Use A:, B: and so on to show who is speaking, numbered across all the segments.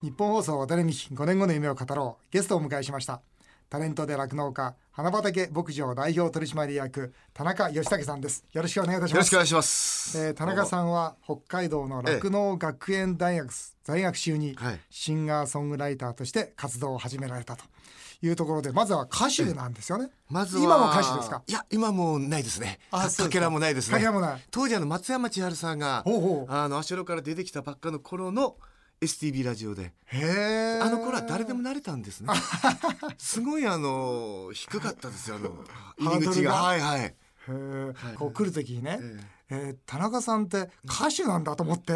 A: 日本放送渡辺美希5年後の夢を語ろうゲストをお迎えしましたタレントで酪農家花畑牧場代表取締役田中義武さんですよろしくお願いいたし
B: よろ
A: ま
B: し
A: す
B: くお願いします。
A: えー田中さんは北海道の酪農学園大学在学中に
B: はい
A: シンガーソングライターとして活動を始められたというところでまずは歌手なんですよね。
B: まずは
A: 今も歌手ですか
B: いや今もないですね
A: あ
B: か
A: そうですか
B: かけらもないですね
A: かけらもない
B: 当時あの松山千春さんが
A: ほうほう
B: あの足ロから出てきたばっかの頃の STB ラジオで
A: へえ
B: あの頃は誰でも慣れたんですね すごいあの低かったですよあの入
A: ハー
B: り
A: ド
B: 口
A: ルが
B: がはいはい
A: へーこう来る時にね、
B: え
A: えー田中さんって歌手なんだと思って、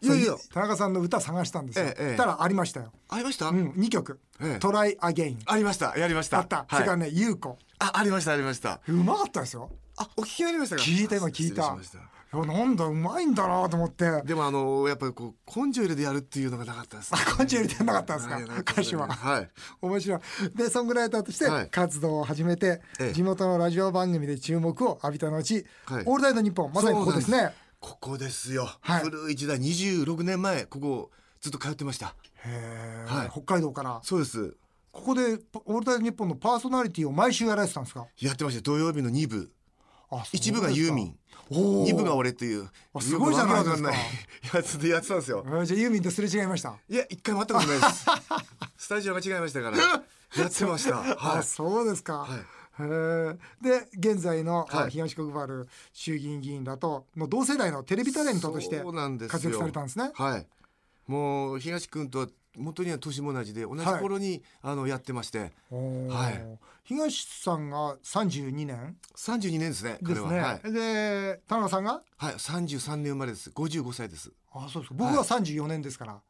B: いやいや
A: その田中さんの歌探したんですよ、
B: ええええ
A: したらありましたよ、
B: ありました、
A: うん、2曲「
B: ええ
A: Try Again
B: ありましたやりまし」た
A: あった、
B: は
A: それ
B: い
A: からね「優子
B: あありましたありました」
A: うまかったですよ
B: あお聞きになりましたか
A: 聞いた今聞いた
B: 失礼しまし
A: いやなんだうまいんだなと思って
B: でもあのやっぱりこう根性入れでやるっていうのがなかったですね、
A: あ根性入れてなかったんですか
B: はいなったですね
A: 歌手は
B: はい
A: 面白いでソングライターとして
B: はい
A: 活動を始めて、
B: ええ
A: 地元のラジオ番組で注目を浴びた後、
B: はい
A: オールナイトニッポンまさにここです
B: そう
A: ね
B: ここですよ、
A: はい
B: 古い時代26年前ここずっと通ってました
A: へー
B: はい
A: 北海道から
B: そうです
A: ここでパオールナイトニッポンのパーソナリティを毎週やられてたんですか
B: やってました土曜日の2部
A: あそう
B: 一部がユーミン
A: おー
B: 2部が俺っていう
A: あすごいじゃないですか
B: よくわんない やつでやってたんですよ
A: えーじゃあユーミンとすれ違いました、
B: いや一回も会ったことないです スタジオが違いましたからやってましたは
A: あそうですか、
B: はい
A: へーで現在の、あ
B: はい
A: 東国原衆議院議員らとの同世代のテレビタレントとして
B: そうなんですよ
A: 活躍されたんですね
B: い、はい、もう東君とは元には年も同じで同じ頃に、あのやってまして
A: おー
B: はい
A: 東さんが32年
B: 32年ですね
A: で
B: 彼
A: す
B: は、
A: ね、
B: はい、
A: で田中さんが
B: はい、33年生まれです55歳です
A: あそうですか僕は34年ですから、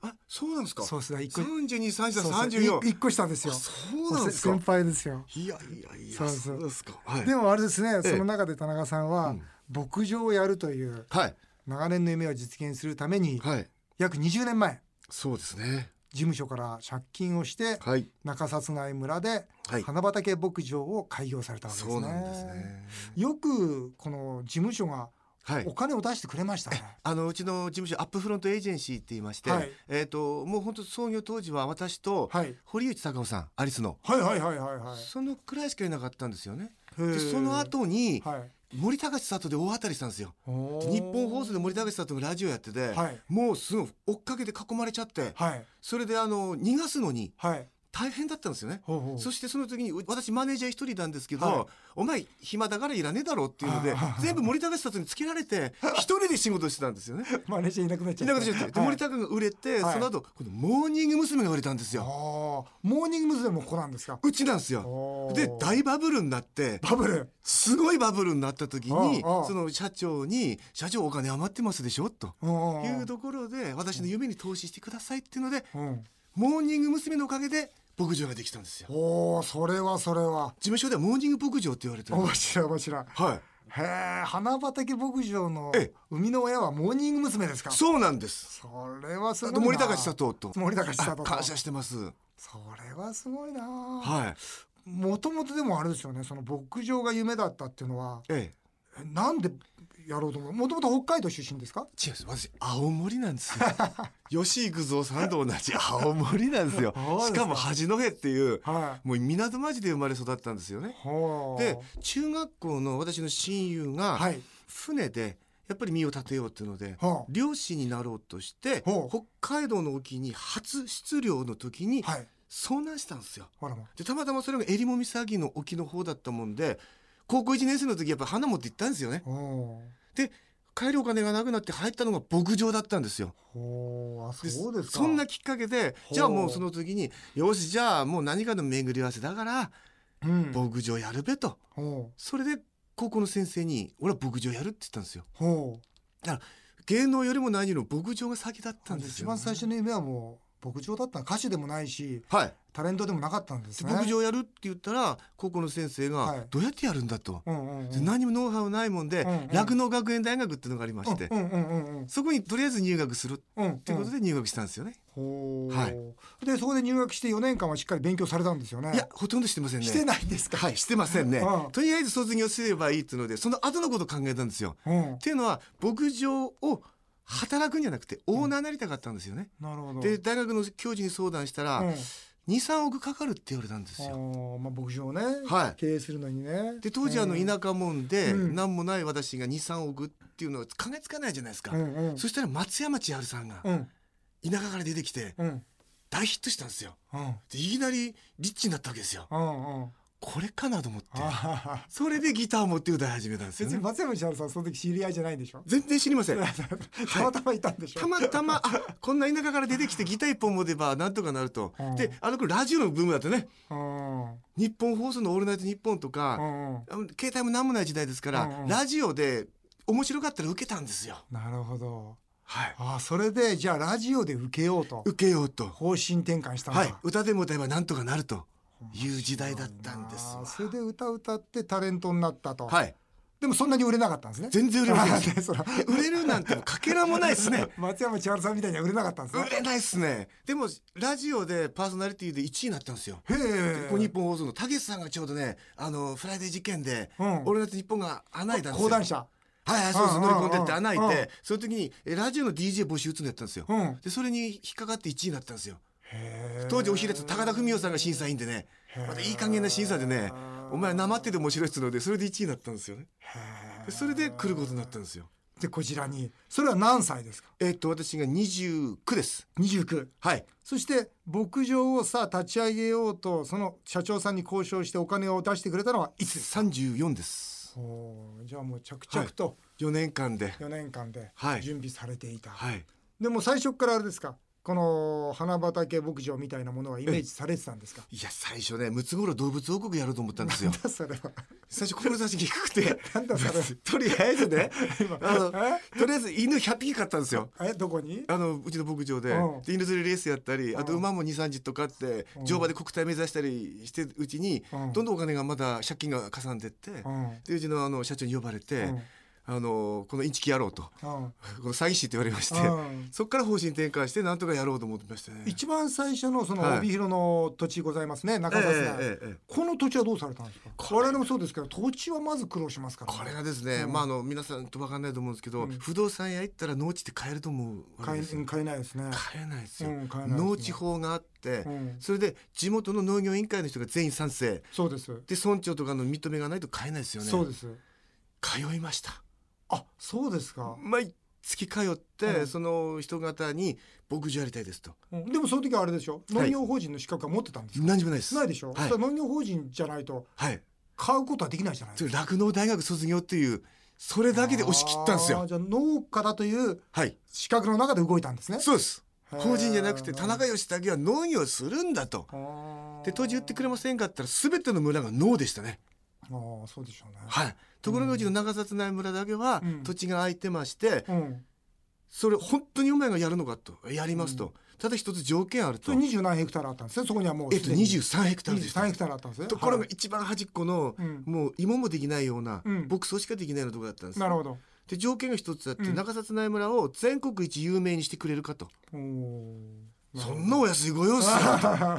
B: あそうなんですか
A: そうですね一個
B: 三十二、三十
A: そう
B: 三、
A: そう
B: 三十四。
A: い一個下ですよ
B: あそうなんです
A: 先
B: か。
A: 輩ですよ
B: いやいやい
A: そう
B: や、
A: です
B: そうですか。はい。
A: でもあれですね、
B: ええ
A: その中で田中さんは牧場をやるという
B: はい
A: 長年の夢を実現するために
B: はい。
A: 約20年前
B: そうですね。
A: 事務所から借金をして
B: はい
A: 中殺害村で
B: はい
A: 花畑牧場を開業されたわけですね,、
B: そうなんですね。
A: よくこの事務所が
B: はい
A: お。金を出してくれましたね、
B: あのうちの事務所アップフロントエージェンシーって言いまして、
A: はい
B: えっ、ともう本当創業当時は私と
A: はい、
B: 堀内孝雄さん、アリスの、
A: はいはいはいはいはい
B: そのくらいしかいなかったんですよね。
A: へ
B: で
A: ー
B: その後に
A: はい
B: 森高千里で大当たりしたんですよ。で日本放送で森高千里がラジオやってて、
A: はい
B: もうすごい追っかけて囲まれちゃって、
A: はい
B: それであの逃がすのに
A: はい
B: 大変だったんですよね。
A: ほうほう
B: そしてその時にう私マネージャー一人なんですけど、
A: はい
B: お前暇だからいらねえだろっていうの で
A: あー
B: 全部森高千里につけられて 一人で仕事してたんですよね。
A: マネージャーいなくなっちゃ
B: い
A: っ
B: な
A: た
B: くなっちゃってで森高が売れて、
A: はい
B: その後このモーニング娘。が売れたんです
A: ああ
B: よ。
A: モーニング娘。もここなんですか
B: うちなんですよ。
A: おー
B: で大バブルになって
A: バブル
B: すごいバブルになった時に
A: あーあー
B: その社長に「社長お金余ってますでしょ?」と
A: うんうん
B: いうところで私の夢に投資してくださいっていうので
A: うん
B: モーニング娘。のおかげで牧場ができたんですよ。
A: おおそれはそれは
B: 事務所ではモーニング牧場って言われてる
A: 面白い面白い
B: はい
A: へえ花畑牧場の
B: ええ
A: 生みの親はモーニング娘。ですかそ
B: そうなんです。
A: れはす
B: あ
A: ごい
B: と
A: な
B: 森高千里と。
A: 森高千里
B: あ
A: と
B: 感謝してます。
A: それはすごいな
B: はい。
A: もともとでもあれですよねその牧場が夢だったっていうのは
B: ええ。
A: えなんでやろうと思うもともと北海道出身ですか
B: 違うんです。私青森なんですよ。 吉幾三さんと同じ 青森なんですよ
A: そうで。す
B: し
A: か
B: かも八戸っていう
A: は
B: もう港町で生まれ育ったんですよね
A: い。ほう
B: で中学校の私の親友
A: は
B: が
A: い
B: 船でやっぱり身を立てようっていうので
A: は
B: 漁師になろうとして
A: ほ
B: 北
A: う
B: 海道の沖に初出漁の時に
A: あはい
B: 遭難したんですよ。
A: ほらも
B: でたまたまそれが襟裳岬の沖の方だったもんで高校1年生の時やっぱ花持って行ったんですよね
A: うおー
B: 帰るお金がなくなって入ったのが牧場だったんですよ
A: ほうあそうですか
B: そんなきっかけで
A: ほう
B: じゃあもうその時によしじゃあもう何かの巡り合わせだから
A: うん
B: 牧場やるべと
A: ほう
B: それで高校の先生に俺は牧場やるって言ったんですよ
A: ほう
B: 芸能よりも何よりも牧場が先だったんです
A: 一
B: よ、
A: 番最初の夢はもう牧場だった歌手でもないし
B: はい
A: タレントでもなかったんです
B: で
A: ね
B: 牧場やるって言ったら高校の先生
A: は
B: が
A: い
B: どうやってやるんだと、
A: うんうんうん
B: で何もノウハウないもんで
A: うんうん
B: 酪農、学園大学っていうのがありまして、
A: うんうんうんうん
B: そこにとりあえず入学するっ
A: うんうん
B: ていうことで入学したんですよね。
A: ほう、
B: は
A: でそこで入学して4年間はしっかり勉強されたんですよね
B: いや、ほとんどしてませんね。
A: してないんですか
B: はい、してませんね
A: うん。
B: とりあえず卒業すればいいっていうので、その後のことを考えたんですよ。
A: うん
B: っていうのは、牧場を働くんじゃなくてオーナーになりたかったんですよね。
A: なるほど
B: で大学の教授に相談したら、
A: うん
B: 23億かかるって言われたんですよ。
A: あーまあ、牧場をね、
B: はい
A: 経営するのにね
B: で当時あの
A: うん
B: 田舎もんで
A: うん
B: 何もない私が23億っていうのは考えつかないじゃないですか。
A: うんうん
B: そしたら松山千春さんが
A: うん
B: 田舎から出てきて
A: うん
B: 大ヒットしたんですよ。
A: うん
B: でいきなりリッチになったわけですよ。
A: うんうん
B: これかなと思って
A: あはは
B: それでギターもって歌い始めたんですよ、
A: 別に
B: ね。
A: 松山千春さんその時知り合いじゃないんでしょ
B: 全然知りません。
A: たまたまいたんでしょ
B: たまたまあこんな田舎から出てきてギター一本持てばなんとかなると、
A: うん
B: であの頃ラジオのブームだったね
A: うんうん
B: 日本放送の「オールナイトニッポン」とか、
A: うん
B: あの携帯も何もない時代ですから、
A: うんうん
B: ラジオで面白かったら受けたんですよ。
A: なるほど
B: はい、
A: あーそれでじゃあラジオで受けようと
B: 受けようと、
A: 方針転換したんだ、
B: はい、歌でも歌えばなんとかなるという時代だったんです
A: あ
B: わ
A: ーそれで歌歌ってタレントになったと、
B: はい、
A: でもそんなに売れなかったんですね
B: 全然売れませんでし
A: そら
B: た売れるなんてかけらもないですね。
A: 松山千春さんみたいには売れなかったんですね
B: 売れないっすねでもラジオでパーソナリティで1位になったんですよ
A: へえ
B: 結構日本放送のたけしさんがちょうどね「あのフライデー事件」で「
A: うん
B: 俺たち日本が穴開いたんですよ
A: 講談社
B: はいはいそうです
A: うん
B: 乗り込んでって
A: うん
B: 穴開いて、
A: うん
B: その時にえラジオの DJ 募集打つのやったんですよ、
A: うん
B: でそれに引っかかって1位になったんですよ
A: へえ
B: 当時おひれと高田文雄さんが審査員でねまたいい加減な審査でねお前なまってて面白いっつうのでそれで1位になったんですよねでそれで来ることになったんですよ
A: でこちらにそれは何歳ですか
B: えっと私が29です
A: 29
B: はい
A: そして牧場をさ立ち上げようとその社長さんに交渉してお金を出してくれたのはいつ
B: 34です
A: おーじゃあもう着々と
B: 4年間で
A: 4年間で
B: はい
A: 準備されていた、
B: はい
A: でも最初からあれですかこの花畑牧場みたいなものはイメージされてたんですか
B: いや最初ねムツゴロウ動物王国やろうと思ったんですよ
A: それは
B: 最初志低くて
A: なんだそれ
B: とりあえず ねあの
A: え
B: とりあえず犬100匹飼ったんですよ
A: えどこに
B: あのうちの牧場で
A: うん
B: で犬連れレースやったりあと
A: うん
B: 馬も23と飼って
A: うん
B: 乗馬で国体目指したりしてるうちに
A: うん
B: どんどんお金がまだ借金がかさんでって
A: うん
B: でうちのあの社長に呼ばれて
A: うん
B: あのこのインチキやろうと
A: うん
B: この詐欺師って言われまして
A: うん
B: そっから方針転換してなんとかやろうと思ってましたね。
A: 一番最初のその
B: はい
A: 帯広の土地ございますね、
B: え
A: 中
B: え
A: 田さん、
B: ええええ
A: この土地はどうされたんですか
B: これ
A: 我々もそうですけど土地はまず苦労しますからね、
B: これがですね、
A: うん
B: まああの皆さんと分かんないと思うんですけど、
A: うん
B: 不動産屋行ったら農地って買えると思うわ
A: 買
B: け
A: え
B: ですよ
A: 買えないですね
B: 買えないですよ、
A: うん買えないですね
B: 農地法があって、
A: うん
B: それで地元の農業委員会の人が全員賛成
A: そうです、
B: で村長とかの認めがないと買えないですよね
A: そうです
B: 通いました
A: あそうですか、
B: 毎月通って、
A: うん
B: その人方に牧場やりたいですと
A: うんでもその時はあれでしょ
B: は
A: 農
B: い
A: 業法人の資格は持ってたんですか、
B: 何にもないです
A: ないでしょ、
B: はい
A: それは農業法人じゃないと
B: はい
A: 買うことはできないじゃない
B: そ
A: ですか
B: れ酪農大学卒業っていうそれだけで押し切ったんです
A: あー
B: よ
A: じゃあ農家だという
B: はい
A: 資格の中で動いたんですね
B: そうです
A: へー
B: 法人じゃなくて田中義武は農業をするんだと
A: あー
B: で当時言ってくれませんかって言ったら全ての村がノーでしたね。
A: あーそうでしょうね
B: はい、ところがうちの長札内村だけは
A: うん
B: 土地が空いてまして、
A: うん
B: それ本当にお前がやるのかとやりますと、ただ一つ条件ある
A: そ
B: と
A: れ。二十何ヘクタールあったんですねそこにはもう
B: えっと、23ヘクタールでした
A: 23ヘクタールあったんですね
B: ところが
A: はい
B: 一番端っこの、
A: うん
B: もう芋もできないような、
A: うん
B: 牧草しかできないようなところだったんです
A: なるほど
B: で条件が一つあって、
A: うん
B: 中札内村を全国一有名にしてくれるかと、
A: おー
B: そんなお安いご用っすよ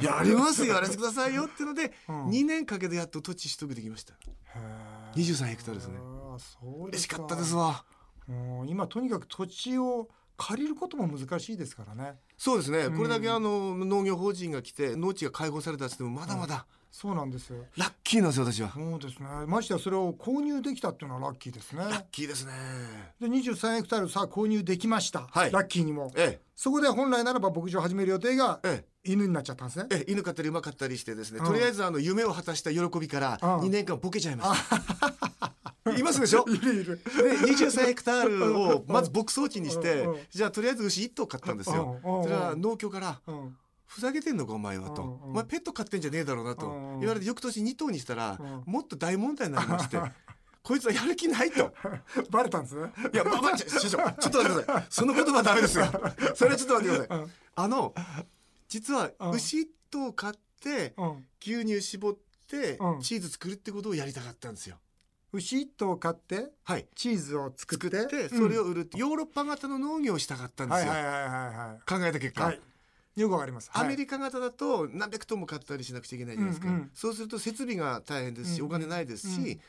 B: とやりますよやらせてくださいよってので、
A: うん
B: 2年かけてやっと土地取得できました
A: へー
B: 23ヘクタールですね
A: あーそうで
B: 嬉
A: す
B: しかったですわ
A: うん今とにかく土地を借りることも難しいですからね
B: そうですね、
A: ん
B: これだけあの農業法人が来て農地が開放されたっつってもまだまだ、
A: そうなんですよ
B: ラッキーなんですよ私は、
A: そうですねましてやそれを購入できたっていうのはラッキーですね
B: ラッキーですね
A: で23ヘクタールさあ購入できました、
B: はい
A: ラッキーにも
B: え
A: そこで本来ならば牧場を始める予定が
B: ええ
A: 犬になっちゃったんですね
B: えええ犬飼ったり馬飼ったりしてですね、
A: うん
B: とりあえずあの夢を果たした喜びから
A: うん
B: 2年間ボケちゃいました、いますでしょ
A: いるいる
B: で23ヘクタールをまず牧草地にして、
A: うん
B: じゃあとりあえず牛1頭買ったんですよ、
A: うんうん
B: それは農協から
A: うん
B: ふざけてんのかお前はと、
A: うんうん
B: お前ペット飼ってんじゃねえだろうなと
A: うんうん
B: 言われて翌年2頭にしたら、
A: うん
B: もっと大問題になりましてこいつはやる気ないと
A: バレたんですね
B: いや、まあまあ、ちょ師匠、ちょっと待ってください。その言葉はダメですよ。それはちょっと待ってください。あの、実は
A: うん
B: 牛一頭買って、
A: うん
B: 牛乳絞って
A: う、ん
B: チーズ作るってことをやりたかったんですよ。
A: 牛一頭買って
B: はい。
A: チーズを作
B: 作
A: っ
B: ってて、それを
A: うん
B: 売るって、ヨーロッパ型の農業をしたかったんで
A: は
B: す
A: い
B: よ
A: はい。はいは
B: 考えた結
A: いはいは
B: 果。
A: いよくわかります
B: アメ
A: リ
B: リカ型だと何百トンも買ったりしなくちゃいけないじゃないですか
A: うんうん。
B: そうすると設備が大変ですし、
A: うん
B: お金ないです
A: うん
B: し、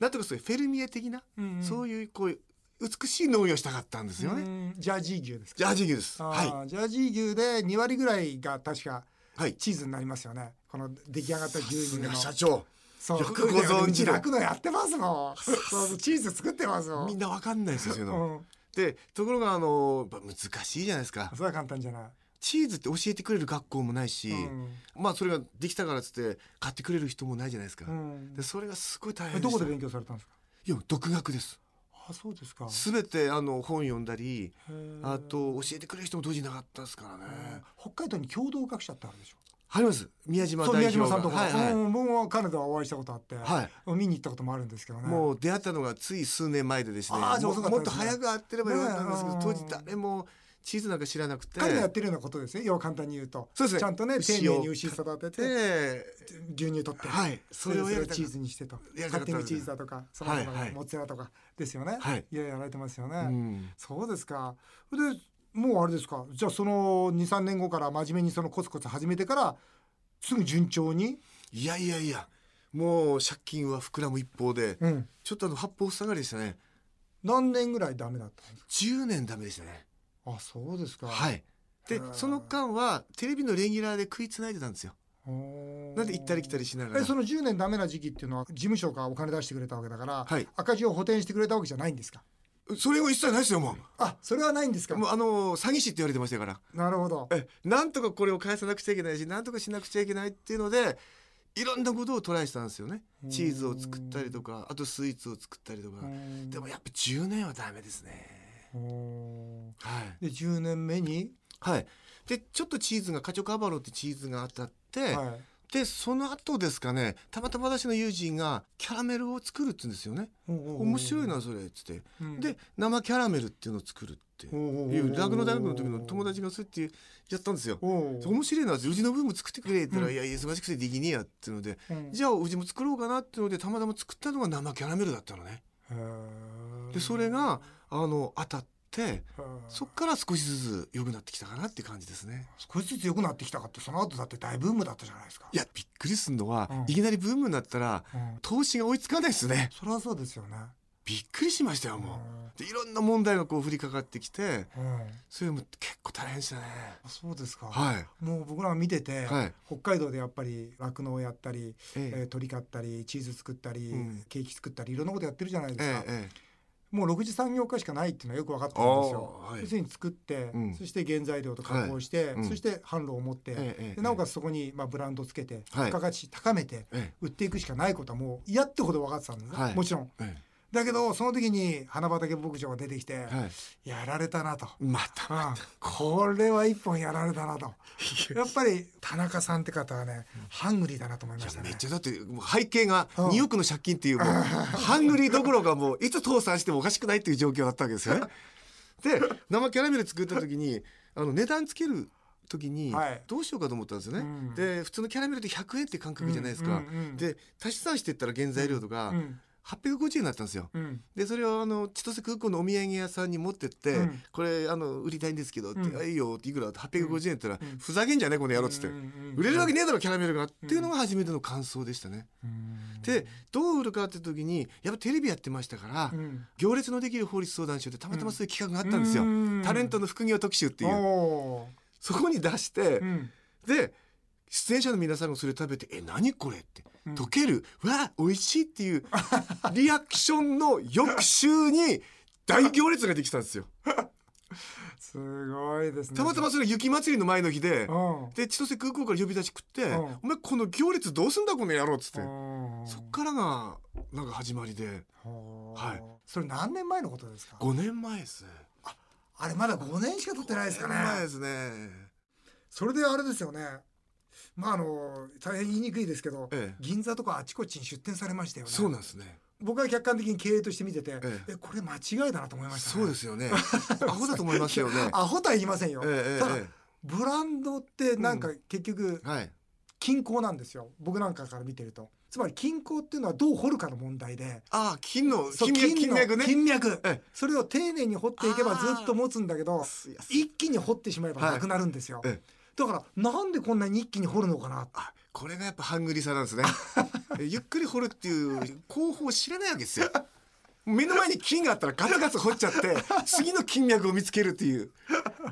B: なんとかそういうフェルミエ的な、
A: カ
B: そう
A: い
B: いうこう、美しい農業をしたかったんですよね。
A: ね。ジャージー牛ですか。
B: ジャージー牛です。
A: あー
B: は
A: ジャージー牛で2割ぐらいが確か
B: い。はい。
A: チーズになりますよね。この出来上がった牛乳の。
B: 社長。
A: そう
B: よくご存知
A: うち
B: だ
A: 楽のやってますもん。そうチーズ作ってますもん。
B: みんなわかんないですよ、そういう
A: う
B: の。
A: ん、
B: で、ところが、あの、やっぱ難しいじゃないですか。
A: それは簡単じゃない。
B: チーズって教えてくれる学校もないし、
A: うん
B: まあ、それができたからっつって、買ってくれる人もないじゃないですか。
A: うん
B: で、それがすごい大
A: え
B: 変で
A: ど
B: した。
A: こで勉強されたんですか。
B: いや、独学です。
A: あ、そうですか。
B: すべて、あの、本読んだり、
A: へー
B: あと、教えてくれる人も当時いなかったですからね。
A: 北海道に共同学者ってあるでしょ。
B: あります。宮島
A: そう
B: 代表
A: 宮島
B: が。
A: さんとか、
B: はいはい
A: うん、僕も彼とはお会いしたことあって、
B: はい
A: 見に行ったこともあるんですけどね。
B: もう出会ったのがつい数年前でですね
A: あーじゃあ
B: も
A: 遅かった
B: もっ
A: で
B: と
A: すね
B: 早く会ってればよかったんですけど
A: ねえ
B: 当時誰も地図なんか知らなくて
A: 彼がやってるようなことですね。要は簡単に言うと、
B: そうですね
A: ちゃんとね丁
B: 牛を
A: 寧に牛育てて
B: で
A: 牛乳取って、
B: はい
A: そ
B: そ
A: れ
B: れ
A: を
B: をやりた
A: チーズにしてと
B: やり
A: 勝
B: たかった
A: 手にチーズだとかその
B: はい
A: 他の
B: はい
A: モッツァレラとかですよね。
B: はい
A: ややられてますよね。
B: うん
A: そうですか。でもうあれですか。じゃあその二三年後から真面目にそのコツコツ始めてからすぐ順調に。
B: いやいやいやもう借金は膨らむ一方で
A: うん。
B: ちょっとあの八方塞がりでしたね
A: 何年ぐらいダメだったんです
B: 10年ダメでしたね
A: か。あそうですか。
B: はいで
A: へえ
B: その間はテレビのレギュラーで食いつないでたんですよ
A: ほー
B: なんで行ったり来たりしなが
A: え
B: ら
A: その10年ダメな時期っていうのは事務所がお金出してくれたわけだから、
B: はい
A: 赤字を補填してくれたわけじゃないんですか
B: それを一切ないですよも
A: あそれはないんですか
B: うもうあの詐欺師って言われてましたから
A: なるほど
B: えなんとかこれを返さなくちゃいけないしなんとかしなくちゃいけないっていうのでいろんなことをトライしたんですよね
A: うん
B: チーズを作ったりとかあとスイーツを作ったりとかでもやっぱ10年はダメですね
A: ほ
B: はい、
A: ーで10年目に、
B: はい、でちょっとチーズがカチョカバロってチーズが当たって、
A: は
B: でその後ですかねたまたま私の友人がキャラメルを作るって言うんですよね
A: い、面
B: 面白いな、それっつって
A: うん
B: で生キャラメルっていうのを作るっていう酪農大学の時の友達がそうやってやったんですよ
A: おー
B: 面白いなうちの分も作ってくれって言ったら、
A: うん
B: いや忙しくてできねえやっていうので、
A: うん
B: じゃあうちも作ろうかなっていうのでたまたま作ったのが生キャラメルだったのね
A: へー
B: でそれがあの当たって
A: へー
B: そっから少しずつ良くなってきたかなって感じですね
A: 少しずつ良くなってきたかってその後だって大ブームだったじゃないですか
B: いやびっくりするのは、
A: うん
B: いきなりブームになったら
A: うん
B: 投資が追いつかないですね
A: それはそうですよね
B: びっくりしましたよもうでいろんな問題がこう降りかかってきて
A: うんうん
B: それも結構大変でしたね
A: あそうですか、
B: はい
A: もう僕らが見てて、
B: はい
A: 北海道でやっぱり酪農をやったり、
B: え
A: えー、鳥飼ったりチーズ作ったり、
B: うん
A: ケーキ作ったりいろんなことやってるじゃないで
B: え
A: すか、
B: ええ
A: もう6次産業化しかないっていうのはよく分かって
B: あ
A: るんですよ。
B: ーはい
A: 要するに作って、
B: うん
A: そして原材料と加工して、
B: うん
A: そして販路を持って、
B: ええええ
A: でなおかつそこにまあブランドつけて、
B: はい
A: 付加価値高めて
B: え
A: 売っていくしかないことはもう嫌ってほど分かってたんですね、
B: はい
A: もちろん。
B: ええ
A: だけどその時に花畑牧場が出てきて、
B: えは い
A: やられたなと。
B: また
A: うんこれは一本やられたなと。やっぱり田中さんって方はね、ハングリーだなと思い
B: い
A: ま
B: や
A: した
B: め
A: ね
B: っ。ちゃだってもう背景が
A: うん
B: 2億の借金って いうもうハングリーどころかもういつ倒産してもおかしくないっていう状況だったわけですよね。 で生キャラメル作った時にあの値段つける時に
A: はい
B: どうしようかと思ったんですよね。
A: うん
B: で普通のキャラメルって100円って感覚じゃないですか。
A: うんうんうん
B: で足し算していったら原材料とか
A: うん
B: 850円になったんですよ。
A: うん
B: でそれをあの千歳空港のお土産屋さんに持ってって、
A: うん
B: これあの売りたいんですけどって、
A: うん
B: あいいよっていくらって850円って言ったら、
A: うん
B: ふざけんじゃねえこの野郎っつって、
A: うんうんうん
B: 売れるわけねえだろキャラメルが、っていうのが初めての感想でしたね。
A: うん
B: でどう売るかって時にやっぱテレビやってましたから、
A: うん
B: 行列のできる法律相談所でたまたまそういう企画があったんですよ。
A: うん
B: タレントの副業特集っていう
A: お
B: そこに出して、
A: ーうん
B: で出演者の皆さんがそれ食べて「え何これ?」って
A: うん
B: 溶ける、わあ美味しいっていうリアクションの翌週に大行列ができたんですよ。
A: すごいですね。
B: たまたまそれ雪祭りの前の日で、
A: うん
B: で千歳空港から呼び出し食って「
A: うん
B: お前この行列どうすんだこの野郎」っつって、
A: うん
B: そっからがなんか始まりで
A: ほー
B: はい
A: それ何年前のことですか。
B: 5年前ですね。
A: あれまだ5年しか経ってないですか
B: 5年前
A: ね
B: で。すね。
A: それであれですよね。まああの大変言いにくいですけど、
B: ええ
A: 銀座とかあちこちに出店されましたよね。
B: そうなんですね。
A: 僕は客観的に経営として見てて、
B: え
A: えこれ間違いだなと思いました、ね。
B: そうです よね。アホだと思いますよね。
A: アホとは言いませんよ。
B: えええ
A: ただ
B: ええ
A: ブランドってなんか結局
B: えはい。
A: 均衡なんですよ。僕なんかから見てると、つまり均衡っていうのはどう掘るかの問題で、
B: ああ金の
A: そう
B: 金脈金脈
A: の
B: ね。
A: 金脈
B: ええ
A: それを丁寧に掘っていけば
B: あー
A: ずっと持つんだけど、
B: すいやすい
A: 一気に掘ってしまえばなくなるんですよ。
B: はいえ
A: だからなんでこんなに一気に掘るのかな。
B: あこれがや っぱハングリーさなんですね。えゆっくり掘るっていう方法を知らないわけですよ。目の前に金があったらガツガツ掘っち ゃって次の金脈を見つけるっていう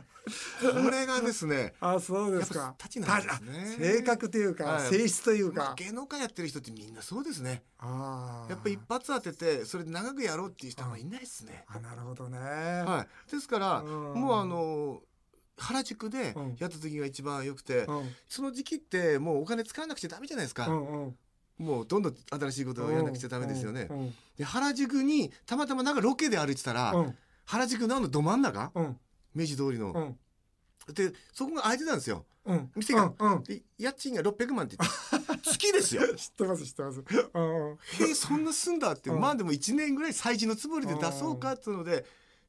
B: これがですね
A: あそうです
B: やっ
A: か
B: ぱ立ちなんですね
A: た性格というか、
B: はい
A: 性質という
B: まあ
A: か、
B: 芸能界やってる人ってみんなそうですね
A: ああ
B: やっぱ一発当ててそれで長くやろうっていう人はあんまいないですね、
A: あなるほどね、
B: はい、ですから
A: うん
B: もうあの原宿で
A: うん
B: やった時が一番良くて
A: うん
B: その時期ってもうお金使わなくちゃダメじゃないですか、
A: うんうん
B: もうどんどん新しいことをやらなくちゃダメですよね、
A: うんうん
B: で原宿にたまたまなんかロケで歩いてたら、
A: うん
B: 原宿のあのど真ん中
A: うん
B: 明治通りの、
A: うん
B: でそこが空いてたんですよ
A: うん
B: 店が
A: うんうん
B: で家賃が600万って言って 月ですよ
A: 知ってます知ってますうんうん
B: へえそんな住んだって、
A: うん
B: まあでも1年ぐらい催事のつもりで出そうかっていうので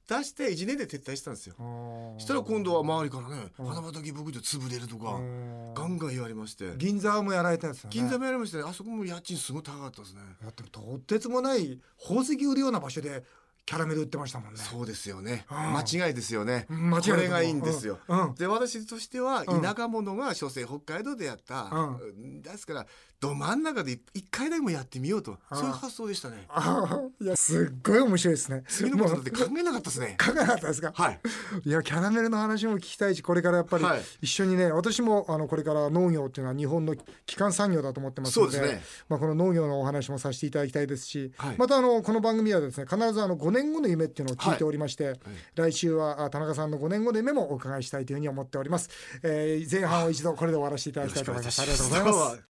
B: 出して1年で撤退したんですよ。
A: あー
B: したら今度は周りからね「
A: うん
B: 花畑牧場潰れる」とか
A: うん
B: ガンガン言われまして
A: 銀座もやられたんですよね
B: 銀座もやりましたねあそこも家賃すごい高かったですね。
A: だってとってつもない宝石売るような場所でキャラメル売ってましたもんね
B: そうですよね
A: うん
B: 間違いですよね。
A: うん間違いな
B: こ
A: く
B: れがいいんですよ。
A: うんうん
B: で私としては
A: うん
B: 田舎者が所詮北海道でやった、
A: う
B: ですからど真ん中で一回でもやってみようと、
A: うん
B: そういう発想でしたね。
A: あーいやすっごい面白いですね
B: 次のことだ
A: も
B: っ
A: う
B: て考えなかったですね。
A: 考えなかったですか
B: はい
A: いやキャラメルの話も聞きたいしこれからやっぱり
B: はい
A: 一緒にね、私もあのこれから農業っていうのは日本の基幹産業だと思ってますので
B: そうですね
A: まあ、この農業のお話もさせていただきたいですし、
B: はい
A: またあのこの番組はですね必ずあの5年後の夢っていうのを聞いておりまして、来週はあ田中さんの5年後の夢もお伺いしたいというふうに思っております、えー前半を一度これで終わらせていただきたいと思いますありがとうございます
B: どうも